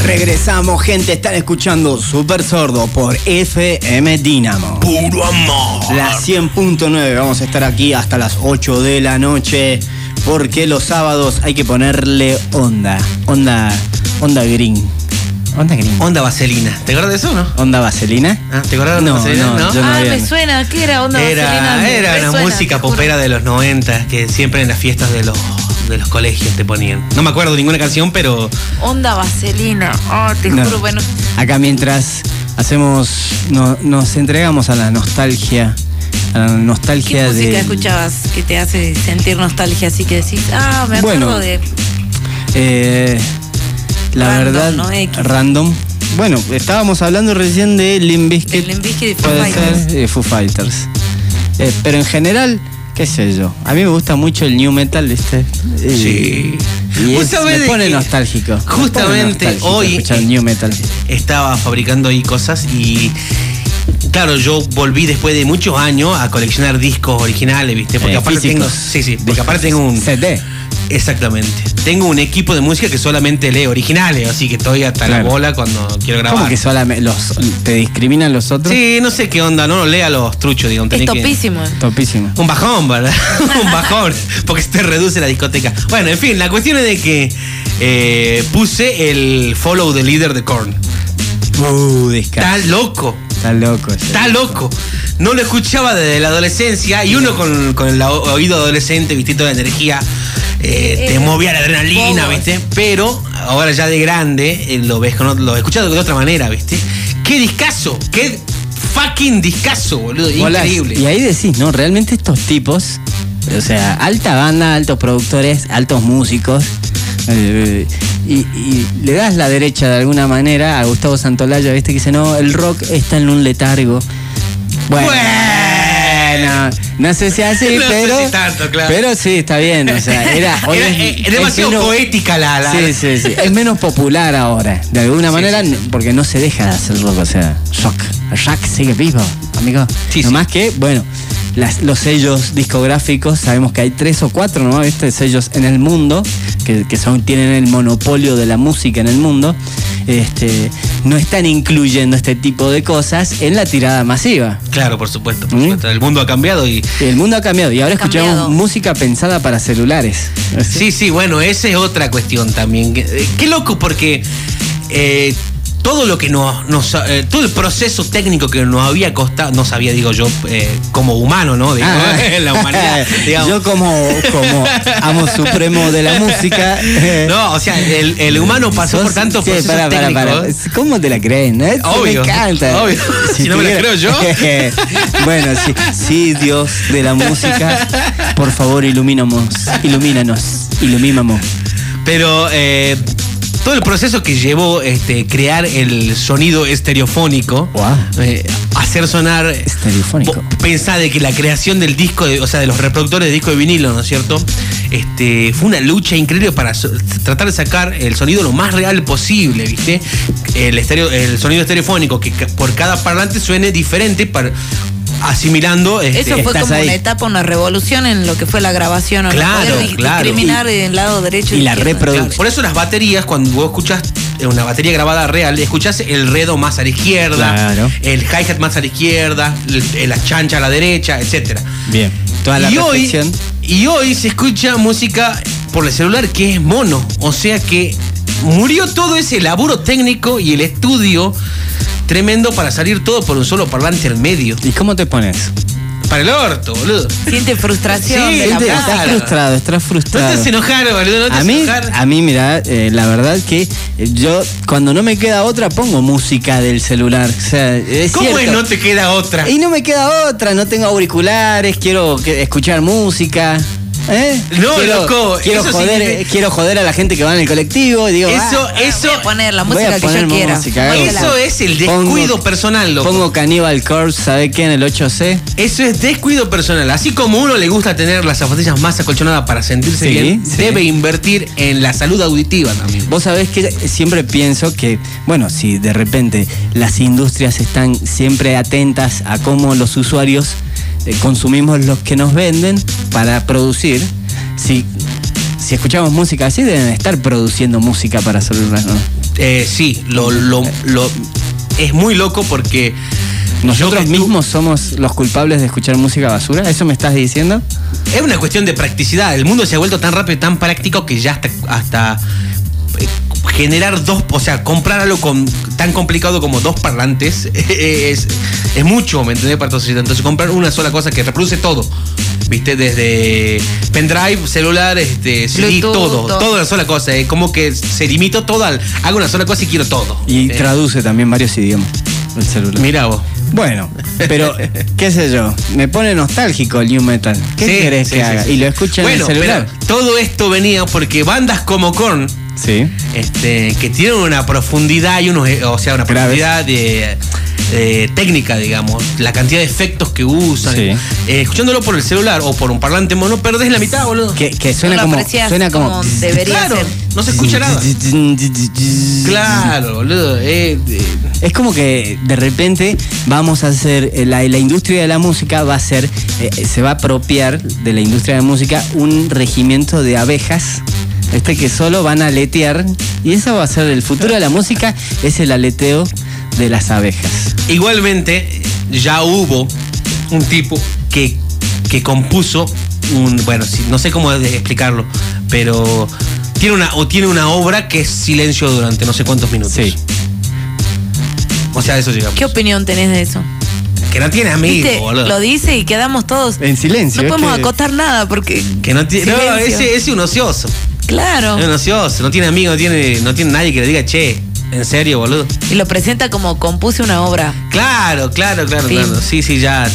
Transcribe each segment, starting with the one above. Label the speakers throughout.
Speaker 1: regresamos, gente. Están escuchando Super Sordo por FM Dynamo.
Speaker 2: Puro amor.
Speaker 1: La 100.9. Vamos a estar aquí hasta las 8 de la noche. Porque los sábados hay que ponerle onda. Onda. Onda green. Onda green.
Speaker 2: Onda vaselina. ¿Te acuerdas de eso, no?
Speaker 1: Onda vaselina.
Speaker 2: Ah, ¿Te acuerdas de
Speaker 1: No,
Speaker 2: onda vaselina?
Speaker 1: no, yo-
Speaker 3: Ah,
Speaker 1: había-
Speaker 3: me suena, ¿qué era onda vaselina?
Speaker 2: Era,
Speaker 3: Me
Speaker 2: era una
Speaker 3: suena,
Speaker 2: música
Speaker 3: te juro.
Speaker 2: popera de los 90 que siempre en las fiestas de los, de los colegios te ponían. No me acuerdo ninguna canción, pero
Speaker 3: Onda vaselina. Oh, te
Speaker 1: No.
Speaker 3: juro, bueno.
Speaker 1: Acá mientras hacemos. no- nos entregamos a la nostalgia. A la
Speaker 3: ¿Qué
Speaker 1: nostalgia
Speaker 3: música
Speaker 1: de.
Speaker 3: escuchabas que te hace sentir nostalgia? Así que decís, ah, me acuerdo
Speaker 1: Bueno,
Speaker 3: de.
Speaker 1: Eh, la
Speaker 3: Random,
Speaker 1: verdad,
Speaker 3: ¿no? X.
Speaker 1: random. Bueno, estábamos hablando recién de Limp Bizkit,
Speaker 3: De Limp Bizkit y Foo
Speaker 1: puede
Speaker 3: Fighters.
Speaker 1: ser, eh, Foo Fighters. Eh, pero en general, qué sé yo. A mí me gusta mucho el new metal, ¿viste?
Speaker 2: Sí.
Speaker 1: Y
Speaker 2: Vos
Speaker 1: es-
Speaker 2: sabés
Speaker 1: me
Speaker 2: de
Speaker 1: pone
Speaker 2: que
Speaker 1: nostálgico. Me pone
Speaker 2: justamente
Speaker 1: nostálgico
Speaker 2: hoy-
Speaker 1: escuchar new metal.
Speaker 2: estaba fabricando ahí cosas y claro, yo volví después de muchos años a coleccionar discos originales, ¿viste? Porque
Speaker 1: Eh,
Speaker 2: aparte
Speaker 1: físicos.
Speaker 2: tengo, sí, sí, porque aparte tengo un
Speaker 1: CD.
Speaker 2: exactamente. Tengo un equipo de música que solamente lee originales, así que estoy hasta
Speaker 1: Claro.
Speaker 2: la bola cuando quiero grabar.
Speaker 1: ¿Cómo que solamente los, te discriminan los otros?
Speaker 2: Sí, no sé qué onda, no lo lea los truchos, digamos,
Speaker 3: Es
Speaker 2: tenés que-
Speaker 3: topísimo.
Speaker 1: Topísimo.
Speaker 2: Un bajón, ¿verdad? un bajón, porque se te reduce la discoteca. Bueno, en fin, la cuestión es de que eh, puse el follow the leader de Korn.
Speaker 1: Uh, disca.
Speaker 2: Está loco,
Speaker 1: Está loco. ese
Speaker 2: está
Speaker 1: disco.
Speaker 2: loco. No lo escuchaba desde la adolescencia y uno con, con el o- oído adolescente, vistito de energía, eh, te
Speaker 3: Eh,
Speaker 2: movía la adrenalina,
Speaker 3: bobos.
Speaker 2: ¿viste? Pero ahora ya de grande eh, lo ves con ot- lo escuchas de otra manera, ¿viste? ¡Qué discazo! ¡Qué fucking discazo, boludo!
Speaker 1: Volás.
Speaker 2: Increíble.
Speaker 1: Y ahí decís, no, realmente estos tipos, o sea, alta banda, altos productores, altos músicos, eh, y, y le das la derecha de alguna manera a Gustavo Santolaya, viste, que dice, no, el rock está en un letargo. Bueno.
Speaker 2: Bueno.
Speaker 1: No sé si así,
Speaker 2: No sé
Speaker 1: pero.
Speaker 2: si tanto, claro.
Speaker 1: Pero sí, está bien. O sea, era. hoy
Speaker 2: Era,
Speaker 1: es-
Speaker 2: eh,
Speaker 1: es
Speaker 2: demasiado
Speaker 1: menos-
Speaker 2: poética la. la-
Speaker 1: Sí, sí, sí. Es menos popular ahora, de alguna
Speaker 2: Sí,
Speaker 1: manera,
Speaker 2: sí, sí.
Speaker 1: porque no se deja de hacer rock, o sea, rock. Rock sigue vivo, amigo.
Speaker 2: Sí,
Speaker 1: Nomás que, bueno, las- los sellos discográficos, sabemos que hay tres o cuatro, ¿no? ¿Viste? Sellos en el mundo, que, que son, tienen el monopolio de la música en el mundo, este, no están incluyendo este tipo de cosas en la tirada masiva.
Speaker 2: Claro, por supuesto, por
Speaker 1: ¿Mm?
Speaker 2: supuesto. El mundo ha cambiado y.
Speaker 1: El mundo ha cambiado y ahora
Speaker 3: Ha
Speaker 1: escuchamos
Speaker 3: cambiado.
Speaker 1: música pensada para celulares.
Speaker 2: Sí, sí, bueno, esa es otra cuestión también. Eh, Qué loco, porque eh, todo lo que nos. nos, eh, todo el proceso técnico que nos había costado. No sabía, digo yo, eh, como humano, ¿no? Digo,
Speaker 1: Ah,
Speaker 2: la humanidad. digamos.
Speaker 1: Yo como, como amo supremo de la música. eh,
Speaker 2: No, o sea, el, el humano pasó
Speaker 1: sos-
Speaker 2: por tantos
Speaker 1: sí,
Speaker 2: procesos
Speaker 1: pará, pará,
Speaker 2: técnicos.
Speaker 1: pará. ¿Cómo te la creen? eh? Sí,
Speaker 2: Obvio,
Speaker 1: Me encanta.
Speaker 2: obvio. Si no me la creo yo.
Speaker 1: bueno, sí, sí, Dios de la música, por favor, ilumínanos, ilumínanos, ilumímamos.
Speaker 2: Pero eh, todo el proceso que llevó este, crear el sonido estereofónico,
Speaker 1: Guau.
Speaker 2: eh, hacer sonar.
Speaker 1: Estereofónico.
Speaker 2: Vos Pensá de que la creación del disco, de- o sea, de los reproductores de disco de vinilo, ¿no es cierto? Este, fue una lucha increíble para so- tratar de sacar el sonido lo más real posible, ¿viste? El, estereo- el sonido estereofónico, que ca- por cada parlante suene diferente, para, asimilando. este,
Speaker 3: Eso fue
Speaker 1: estás
Speaker 3: como
Speaker 1: ahí.
Speaker 3: una etapa, una revolución en lo que fue la grabación. ¿o no?
Speaker 2: Claro,
Speaker 3: Poder di-
Speaker 2: claro.
Speaker 3: Discriminar el lado derecho
Speaker 1: y la
Speaker 3: izquierdo.
Speaker 1: reprodu-
Speaker 2: Claro, Por eso las baterías, cuando vos escuchás eh, una batería grabada real, escuchás el redo más a la izquierda,
Speaker 1: Claro.
Speaker 2: el hi-hat más a la izquierda, el- la chancha a la derecha, etc.
Speaker 1: Bien. Toda la
Speaker 2: y, hoy,
Speaker 1: perfección.
Speaker 2: y hoy se escucha música por el celular que es mono. O sea que murió todo ese laburo técnico y el estudio tremendo para salir todo por un solo parlante al medio.
Speaker 1: ¿Y cómo te pones?
Speaker 2: Para el orto, boludo.
Speaker 3: Siente frustración
Speaker 2: Sí,
Speaker 3: de la
Speaker 2: gente,
Speaker 3: plaza.
Speaker 1: Estás
Speaker 2: claro.
Speaker 1: frustrado, estás
Speaker 2: No te
Speaker 1: frustrado.
Speaker 2: haces enojar, boludo. No te
Speaker 1: a
Speaker 2: haces
Speaker 1: mí,
Speaker 2: enojar.
Speaker 1: a mí, mira, eh, la verdad que yo cuando no me queda otra pongo música del celular. O sea, es
Speaker 2: ¿Cómo es
Speaker 1: cierto.
Speaker 2: no te queda otra?
Speaker 1: Y no me queda otra, no tengo auriculares, quiero que- escuchar música. ¿eh?
Speaker 2: No,
Speaker 1: quiero,
Speaker 2: loco,
Speaker 1: Quiero
Speaker 2: eso
Speaker 1: joder,
Speaker 2: significa-
Speaker 1: quiero joder a la gente que va en el colectivo y digo.
Speaker 2: Eso,
Speaker 1: ah,
Speaker 2: eso.
Speaker 3: Voy a poner la
Speaker 1: voy a
Speaker 3: música que yo
Speaker 1: poner
Speaker 3: quiera.
Speaker 1: música,
Speaker 3: Voy a
Speaker 1: hago.
Speaker 3: la-
Speaker 2: Eso es el descuido personal, loco.
Speaker 1: "Ah, Pongo Cannibal Corpse, ¿sabe qué? En el 8C.
Speaker 2: Eso es descuido personal. Así como uno le gusta tener las zapatillas más acolchonadas para sentirse
Speaker 1: Sí,
Speaker 2: bien,
Speaker 1: sí.
Speaker 2: debe invertir en la salud auditiva también.
Speaker 1: Vos sabés que siempre pienso que, bueno, si de repente las industrias están siempre atentas a cómo los usuarios eh, consumimos los que nos venden para producir, si, si escuchamos música así, deben estar produciendo música para celular, ¿no?
Speaker 2: Eh, sí, lo, lo, lo- es muy loco porque
Speaker 1: ¿Nosotros
Speaker 2: yo que estu-
Speaker 1: mismos somos los culpables de escuchar música basura? ¿Eso me estás diciendo?
Speaker 2: Es una cuestión de practicidad. El mundo se ha vuelto tan rápido y tan práctico que ya hasta, hasta eh, generar dos, o sea, comprar algo con- tan complicado como dos parlantes eh, es, es mucho, ¿me entendés? Para toda sociedad. Entonces, comprar una sola cosa que reproduce todo. ¿Viste? Desde pendrive, celular, este, CD,
Speaker 3: Bluetooth,
Speaker 2: todo,
Speaker 3: todo.
Speaker 2: todo. una sola cosa. Es como que se limitó todo al. Hago una sola cosa y quiero todo.
Speaker 1: Y
Speaker 2: Eh,
Speaker 1: traduce también varios idiomas el celular.
Speaker 2: Mirá vos.
Speaker 1: Bueno, pero qué sé yo, me pone nostálgico el new metal. ¿Qué
Speaker 2: Sí,
Speaker 1: querés
Speaker 2: sí,
Speaker 1: que
Speaker 2: sí,
Speaker 1: haga?
Speaker 2: sí.
Speaker 1: Y lo escucha
Speaker 2: Bueno,
Speaker 1: en el celular.
Speaker 2: pero todo esto venía porque bandas como Korn.
Speaker 1: Sí.
Speaker 2: este, que tienen una profundidad y unos, eh, o sea, una
Speaker 1: Graves.
Speaker 2: profundidad de, de técnica, digamos, la cantidad de efectos que usan.
Speaker 1: Sí.
Speaker 2: Eh, escuchándolo por el celular o por un parlante mono, perdés la mitad, boludo.
Speaker 1: Que, que suena,
Speaker 3: No lo
Speaker 1: como,
Speaker 3: apreciás
Speaker 1: suena como.
Speaker 3: como debería
Speaker 2: claro,
Speaker 3: ser.
Speaker 2: no se escucha nada. Claro, boludo. eh, eh,
Speaker 1: Es como que de repente vamos a hacer, eh, la, la industria de la música va a ser, eh, eh, se va a apropiar de la industria de la música un regimiento de abejas, este que solo van a aletear, y eso va a ser el futuro de la música, es el aleteo de las abejas.
Speaker 2: Igualmente, ya hubo un tipo que, que compuso un. Bueno, si- no sé cómo de- explicarlo, pero tiene una, o tiene una obra que es silencio durante no sé cuántos minutos.
Speaker 1: Sí.
Speaker 2: O sea, eso llegamos.
Speaker 3: ¿Qué opinión tenés de eso?
Speaker 2: que no tiene amigos,
Speaker 3: ¿Viste?
Speaker 2: boludo.
Speaker 3: Lo dice y quedamos todos.
Speaker 1: En silencio.
Speaker 3: No
Speaker 1: es
Speaker 3: podemos
Speaker 1: que-
Speaker 3: acotar nada porque.
Speaker 2: que no tiene. No,
Speaker 3: Silencio.
Speaker 2: ese ese es un ocioso.
Speaker 3: Claro.
Speaker 2: Es un ocioso. No tiene amigos, no tiene, no tiene nadie que le diga, che, en serio, boludo.
Speaker 3: Y lo presenta como compuse una obra.
Speaker 2: Claro, claro, claro,
Speaker 3: Fin.
Speaker 2: claro. Sí, sí, ya.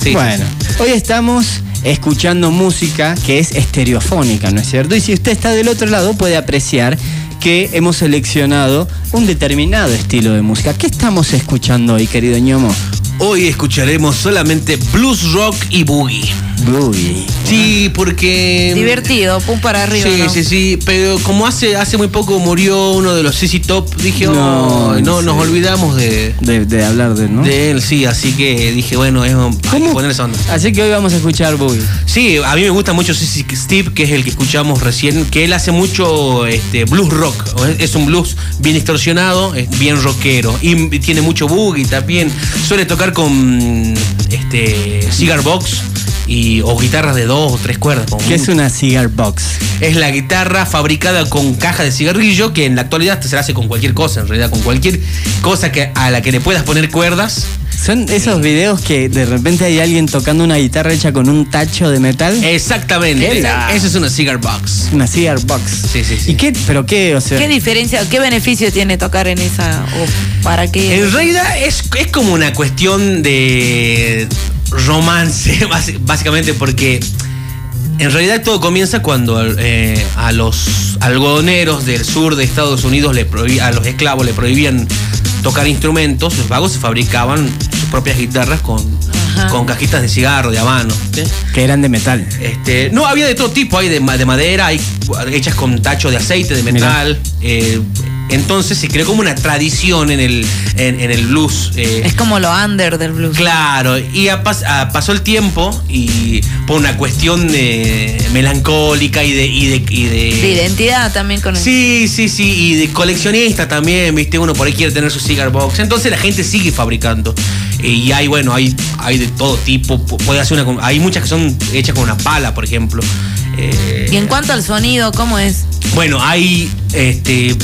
Speaker 2: Sí,
Speaker 1: bueno, hoy estamos escuchando música que es estereofónica, ¿no es cierto? Y si usted está del otro lado puede apreciar que hemos seleccionado un determinado estilo de música. ¿Qué estamos escuchando hoy, querido ñomo?
Speaker 2: Hoy escucharemos solamente blues rock y boogie.
Speaker 1: Boogie.
Speaker 2: Sí, porque.
Speaker 3: Divertido, pum para arriba.
Speaker 2: Sí,
Speaker 3: ¿no?
Speaker 2: sí, sí. Pero como hace, hace muy poco murió uno de los CC Top, dije, oh,
Speaker 1: No,
Speaker 2: no,
Speaker 1: en
Speaker 2: nos
Speaker 1: serio.
Speaker 2: olvidamos de,
Speaker 1: De, de hablar de, ¿no?
Speaker 2: de él, sí. Así que dije, bueno, es, hay que
Speaker 1: ¿Cómo?
Speaker 2: ponerse onda.
Speaker 1: Así que hoy vamos a escuchar Boogie.
Speaker 2: Sí, a mí me gusta mucho CC Steve, que es el que escuchamos recién, que él hace mucho este, blues rock. ¿no? Es un blues bien distorsionado, es bien rockero. Y tiene mucho boogie también. Suele tocar con este, cigar box y, o guitarras de dos o tres cuerdas. como
Speaker 1: Que es
Speaker 2: mucho.
Speaker 1: una cigar box.
Speaker 2: Es la guitarra fabricada con caja de cigarrillo que en la actualidad se la hace con cualquier cosa, en realidad, con cualquier cosa que, a la que le puedas poner cuerdas.
Speaker 1: Son esos videos que de repente hay alguien tocando una guitarra hecha con un tacho de metal.
Speaker 2: Eh. Exactamente.
Speaker 1: Qué la-
Speaker 2: Eso es una cigar box.
Speaker 1: Una cigar box.
Speaker 2: Sí, sí, sí.
Speaker 1: ¿Y qué? ¿Pero qué? O sea,
Speaker 3: ¿Qué diferencia, qué beneficio tiene tocar en esa o para qué?
Speaker 2: En realidad es, es como una cuestión de romance, basi- básicamente, porque en realidad todo comienza cuando eh, a los algodoneros del sur de Estados Unidos, le prohibí- a los esclavos le prohibían tocar instrumentos, los vagos se fabricaban sus propias guitarras con,
Speaker 3: Ajá.
Speaker 2: con cajitas de cigarro, de habano. ¿sí?
Speaker 1: que eran de metal.
Speaker 2: Este, no, había de todo tipo, hay de, ma- de madera, hay hechas con tacho de aceite, de metal. eh, entonces se creó como una tradición en el, en, en el blues. eh,
Speaker 3: Es como lo under del blues.
Speaker 2: Claro, y a pas- a- pasó el tiempo y por una cuestión de melancólica y de... Y de, y de-
Speaker 3: De identidad también con el-
Speaker 2: Sí, sí, sí, y de coleccionista también, viste, uno por ahí quiere tener su cigar box, entonces la gente sigue fabricando. Eh, Y hay, bueno, hay, hay de todo tipo, P- puede hacer una, con- hay muchas que son hechas con una pala, por ejemplo. Eh,
Speaker 3: Y en cuanto al sonido, ¿cómo es?
Speaker 2: bueno, hay este,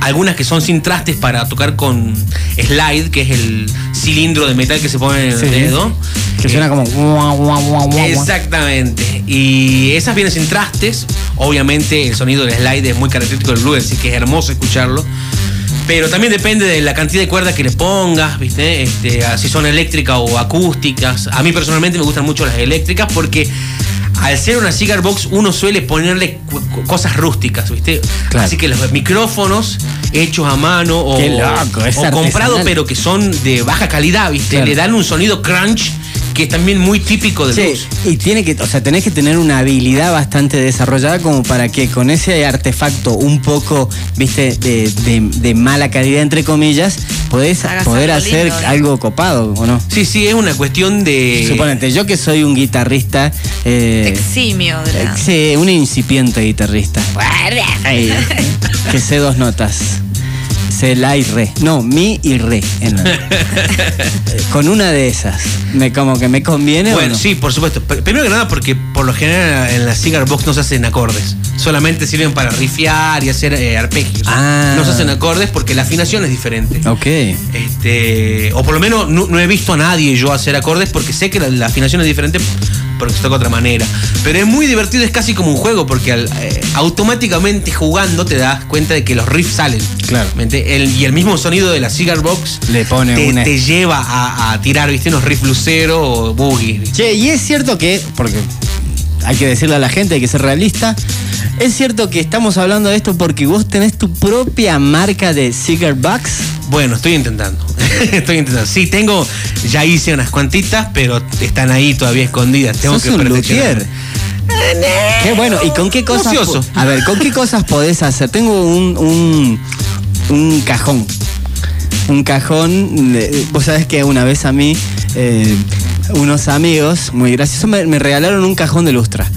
Speaker 2: algunas que son sin trastes para tocar con slide, que es el cilindro de metal que se pone en el
Speaker 1: Sí,
Speaker 2: dedo.
Speaker 1: Que
Speaker 2: Eh,
Speaker 1: suena como. guau, guau, guau, guau, guau.
Speaker 2: Exactamente. Y esas vienen sin trastes. Obviamente el sonido del slide es muy característico del blues, así que es hermoso escucharlo. Pero también depende de la cantidad de cuerdas que le pongas, ¿viste? Este, a- si son eléctricas o acústicas. A mí personalmente me gustan mucho las eléctricas porque al ser una cigar box uno suele ponerle cu- cu- cosas rústicas, ¿viste?
Speaker 1: Claro.
Speaker 2: Así que los micrófonos hechos a mano o,
Speaker 1: Qué loco, es
Speaker 2: o comprado
Speaker 1: artesanal.
Speaker 2: pero que son de baja calidad, ¿viste?
Speaker 1: Claro.
Speaker 2: Le dan un sonido crunch que es también muy típico del
Speaker 1: Sí,
Speaker 2: blues.
Speaker 1: y tiene que, o sea, tenés que tener una habilidad bastante desarrollada como para que con ese artefacto un poco, viste, de, de- de mala calidad entre comillas, podés
Speaker 3: Hagas
Speaker 1: poder
Speaker 3: algo
Speaker 1: hacer
Speaker 3: lindo, ¿no?
Speaker 1: algo copado, ¿o no?
Speaker 2: Sí, sí, es una cuestión de.
Speaker 1: Suponete, yo que soy un guitarrista, eh,
Speaker 3: Eximio de la-
Speaker 1: sí, un incipiente guitarrista, Ay, que sé dos notas. pensé la y re. No, mi y re. en la- Con una de esas. Me, como que me conviene.
Speaker 2: Bueno,
Speaker 1: o no?
Speaker 2: sí, por supuesto. P- Primero que nada porque por lo general en la cigar box no se hacen acordes. Solamente sirven para rifiar y hacer eh, arpegios.
Speaker 1: Ah.
Speaker 2: No se hacen acordes porque la afinación es diferente.
Speaker 1: Ok.
Speaker 2: Este, o por lo menos no, no he visto a nadie yo hacer acordes porque sé que la, la afinación es diferente porque se toca de otra manera. Pero es muy divertido, es casi como un juego porque al- eh, automáticamente jugando te das cuenta de que los riffs salen.
Speaker 1: Claro.
Speaker 2: ¿Mente? El- y el mismo sonido de la cigar box
Speaker 1: Le pone
Speaker 2: te,
Speaker 1: una-
Speaker 2: te lleva a, a tirar, ¿viste? Unos riffs lucero o boogie.
Speaker 1: Che, y es cierto que, porque hay que decirle a la gente, hay que ser realista, es cierto que estamos hablando de esto porque vos tenés tu propia marca de cigar bucks.
Speaker 2: Bueno, estoy intentando. estoy intentando. Sí, tengo, ya hice unas cuantitas, pero están ahí todavía escondidas. Tengo
Speaker 1: Sos
Speaker 2: que
Speaker 1: un
Speaker 2: perfeccionar.
Speaker 1: luthier. Qué bueno, ¿y con qué cosas?
Speaker 2: Ocioso.
Speaker 1: po- A ver, ¿con qué cosas podés hacer? Tengo un, un, un cajón. Un cajón. eh, Vos sabés que una vez a mí, eh, unos amigos muy graciosos me, me regalaron un cajón de lustra.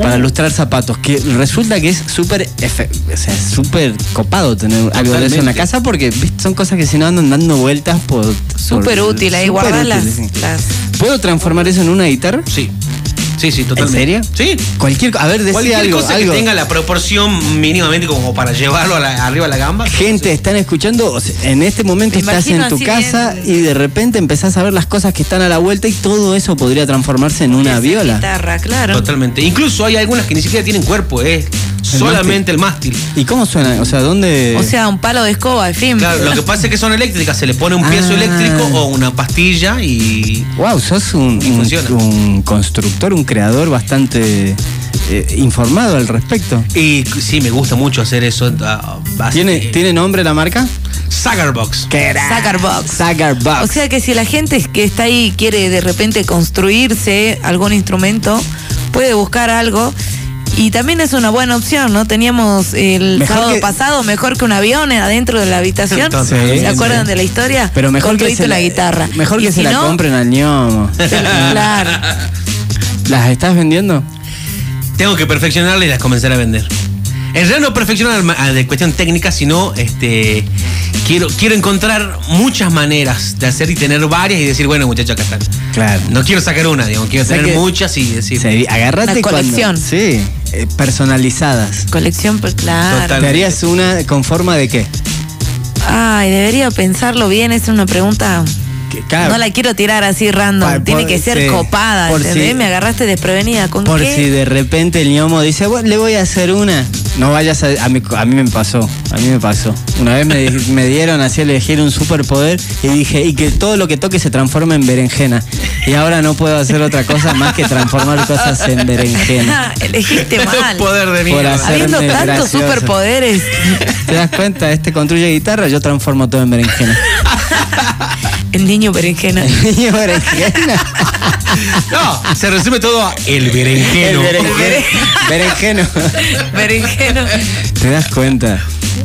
Speaker 1: Para lustrar zapatos, que resulta que es súper efe- o sea, es súper copado tener algo de eso en la
Speaker 2: Totalmente.
Speaker 1: casa porque ¿viste? son cosas que si no andan dando vueltas por. por-
Speaker 3: Súper útil, ahí
Speaker 1: súper
Speaker 3: guardar las,
Speaker 1: útiles, sí.
Speaker 3: las-
Speaker 1: ¿Puedo transformar eso en una guitarra?
Speaker 2: Sí. Sí, sí, totalmente.
Speaker 1: serio?
Speaker 2: Sí.
Speaker 1: Cualquier. co- A ver, decía
Speaker 2: Cualquier
Speaker 1: algo.
Speaker 2: cosa
Speaker 1: algo.
Speaker 2: que tenga la proporción mínimamente como para llevarlo a la- arriba a la gamba.
Speaker 1: Gente, están escuchando, o sea, en este momento
Speaker 3: Me
Speaker 1: estás en
Speaker 3: imagino
Speaker 1: tu
Speaker 3: así
Speaker 1: casa
Speaker 3: bien.
Speaker 1: y de repente empezás a ver las cosas que están a la vuelta y todo eso podría transformarse en una
Speaker 3: las
Speaker 1: viola.
Speaker 3: guitarra, claro.
Speaker 2: Totalmente. Incluso hay algunas que ni siquiera tienen cuerpo, es solamente el mástil.
Speaker 1: ¿Y cómo suena? O sea, ¿dónde?
Speaker 3: O sea, un palo de escoba, al fin.
Speaker 2: Claro, lo que pasa es que son eléctricas, se le pone un piezo
Speaker 1: Ah.
Speaker 2: eléctrico o una pastilla y
Speaker 1: wow, sos un,
Speaker 2: Y
Speaker 1: un-
Speaker 2: funciona.
Speaker 1: un constructor, un creador bastante eh, informado al respecto.
Speaker 2: y sí, me gusta mucho hacer eso. ah, así
Speaker 1: ¿Tiene,
Speaker 2: que-
Speaker 1: ¿Tiene nombre la marca?
Speaker 2: Suckerbox.
Speaker 3: Zuckerbox.
Speaker 1: Suckerbox.
Speaker 3: O sea que si la gente que está ahí quiere de repente construirse algún instrumento, puede buscar algo. Y también es una buena opción, ¿no? Teníamos el
Speaker 1: Mejor
Speaker 3: sábado
Speaker 1: que-
Speaker 3: pasado mejor que un avión adentro de la habitación.
Speaker 2: Sí,
Speaker 3: ¿Se acuerdan
Speaker 1: sí.
Speaker 3: de la historia?
Speaker 1: Pero mejor
Speaker 3: Con
Speaker 1: que
Speaker 3: todito
Speaker 1: se
Speaker 3: la, guitarra.
Speaker 1: Mejor
Speaker 3: Y
Speaker 1: que
Speaker 3: si
Speaker 1: se la
Speaker 3: no,
Speaker 1: compren al ñomo.
Speaker 3: Claro.
Speaker 1: ¿Las estás vendiendo?
Speaker 2: Tengo que perfeccionarla y las comenzar a vender. En realidad no perfeccionar ma- ah, de cuestión técnica, sino este quiero, quiero encontrar muchas maneras de hacer y tener varias y decir, bueno muchachos, acá están.
Speaker 1: Claro.
Speaker 2: No quiero sacar una, digamos, quiero
Speaker 1: O sea
Speaker 2: tener
Speaker 1: que-
Speaker 2: muchas y decir.
Speaker 1: Sí, agarrate
Speaker 3: Una
Speaker 1: cuando-
Speaker 3: colección.
Speaker 1: sí, eh, personalizadas.
Speaker 3: Colección, pues, claro.
Speaker 2: Total.
Speaker 1: ¿Te harías una con forma de qué?
Speaker 3: Ay, debería pensarlo bien, es una pregunta.
Speaker 1: Que, claro,
Speaker 3: No la quiero tirar así random,
Speaker 1: Pa-
Speaker 3: tiene
Speaker 1: por-
Speaker 3: que ser
Speaker 1: sí.
Speaker 3: copada,
Speaker 1: Por
Speaker 3: ¿entendés?
Speaker 1: si-
Speaker 3: Me agarraste desprevenida. ¿Con
Speaker 1: por
Speaker 3: qué?
Speaker 1: si de repente el ñomo dice, "Bueno, le voy a hacer una. No vayas a... A mí, a mí me pasó, a mí me pasó. Una vez me, di- me dieron así a elegir un superpoder y dije, y que todo lo que toque se transforme en berenjena. Y ahora no puedo hacer otra cosa más que transformar cosas en berenjena.
Speaker 3: Elegiste mal.
Speaker 2: poder de
Speaker 1: Por
Speaker 2: mierda.
Speaker 1: hacer-
Speaker 3: Habiendo
Speaker 1: Hacerme
Speaker 3: tantos
Speaker 1: gracioso.
Speaker 3: superpoderes,
Speaker 1: ¿Te das cuenta? Este construye guitarra, yo transformo todo en berenjena.
Speaker 3: el niño berenjena.
Speaker 1: Niño berenjena.
Speaker 2: No, se resume todo a el berenjeno.
Speaker 1: El berenjeno. berenjeno.
Speaker 3: Berenjeno.
Speaker 1: ¿Te das cuenta?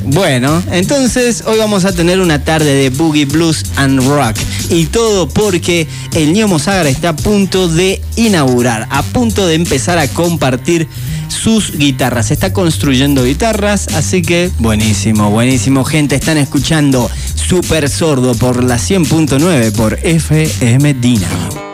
Speaker 1: Bueno, entonces hoy vamos a tener una tarde de boogie, blues and rock. Y todo porque el Ñomo Sagra está a punto de inaugurar, a punto de empezar a compartir sus guitarras. Está construyendo guitarras, así que buenísimo, buenísimo, gente. Están escuchando Super Sordo por la 100.9 por FM Dynamo.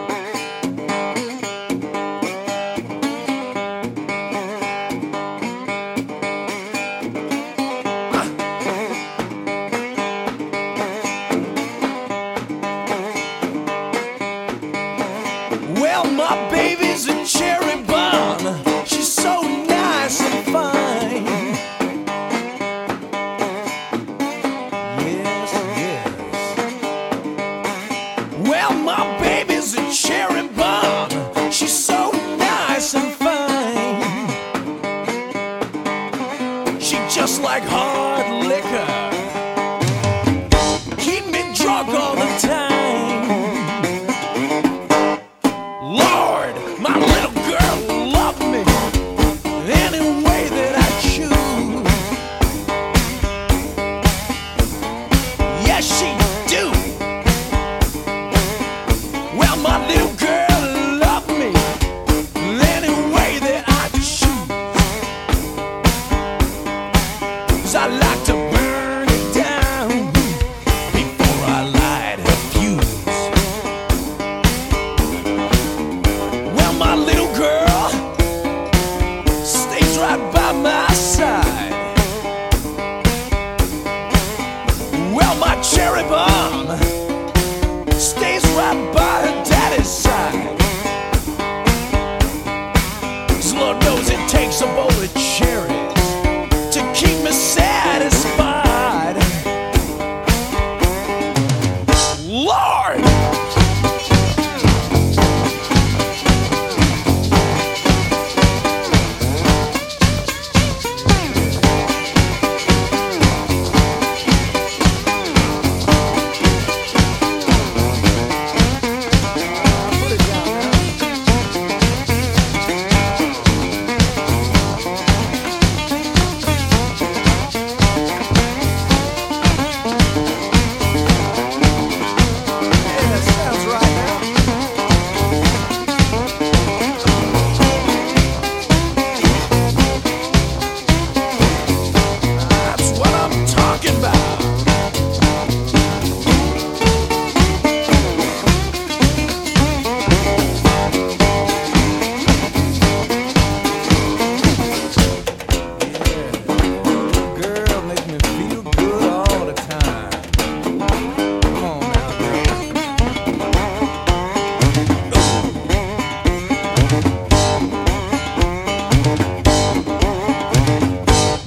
Speaker 4: Well, my baby's a cherry bomb. She's so nice and fine. Yes, yes. Well, my baby's a cherry bomb. She's so nice and fine. She just like hard liquor. Keep me drunk all the time. Lord, my little girl loved me. my little girl stays right by my side. Well, my cherry bomb stays right by her daddy's side. 'Cause Lord knows it takes a bowl of cherries to keep me satisfied. Lord! That's what I'm talking about. Girl makes me feel good all the time. Come on now, girl.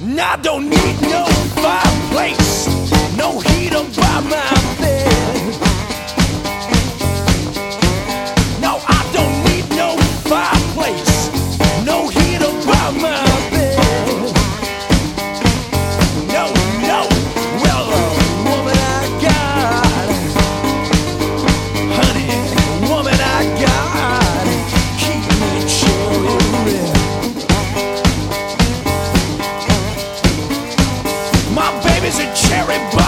Speaker 4: And I don't need no fireplace, no heater by my bed. No, I don't need no fireplace, no heater by my bed. No, no, well, uh, woman I got, honey, woman I got, keep me cherry red. My baby's a cherry bomb.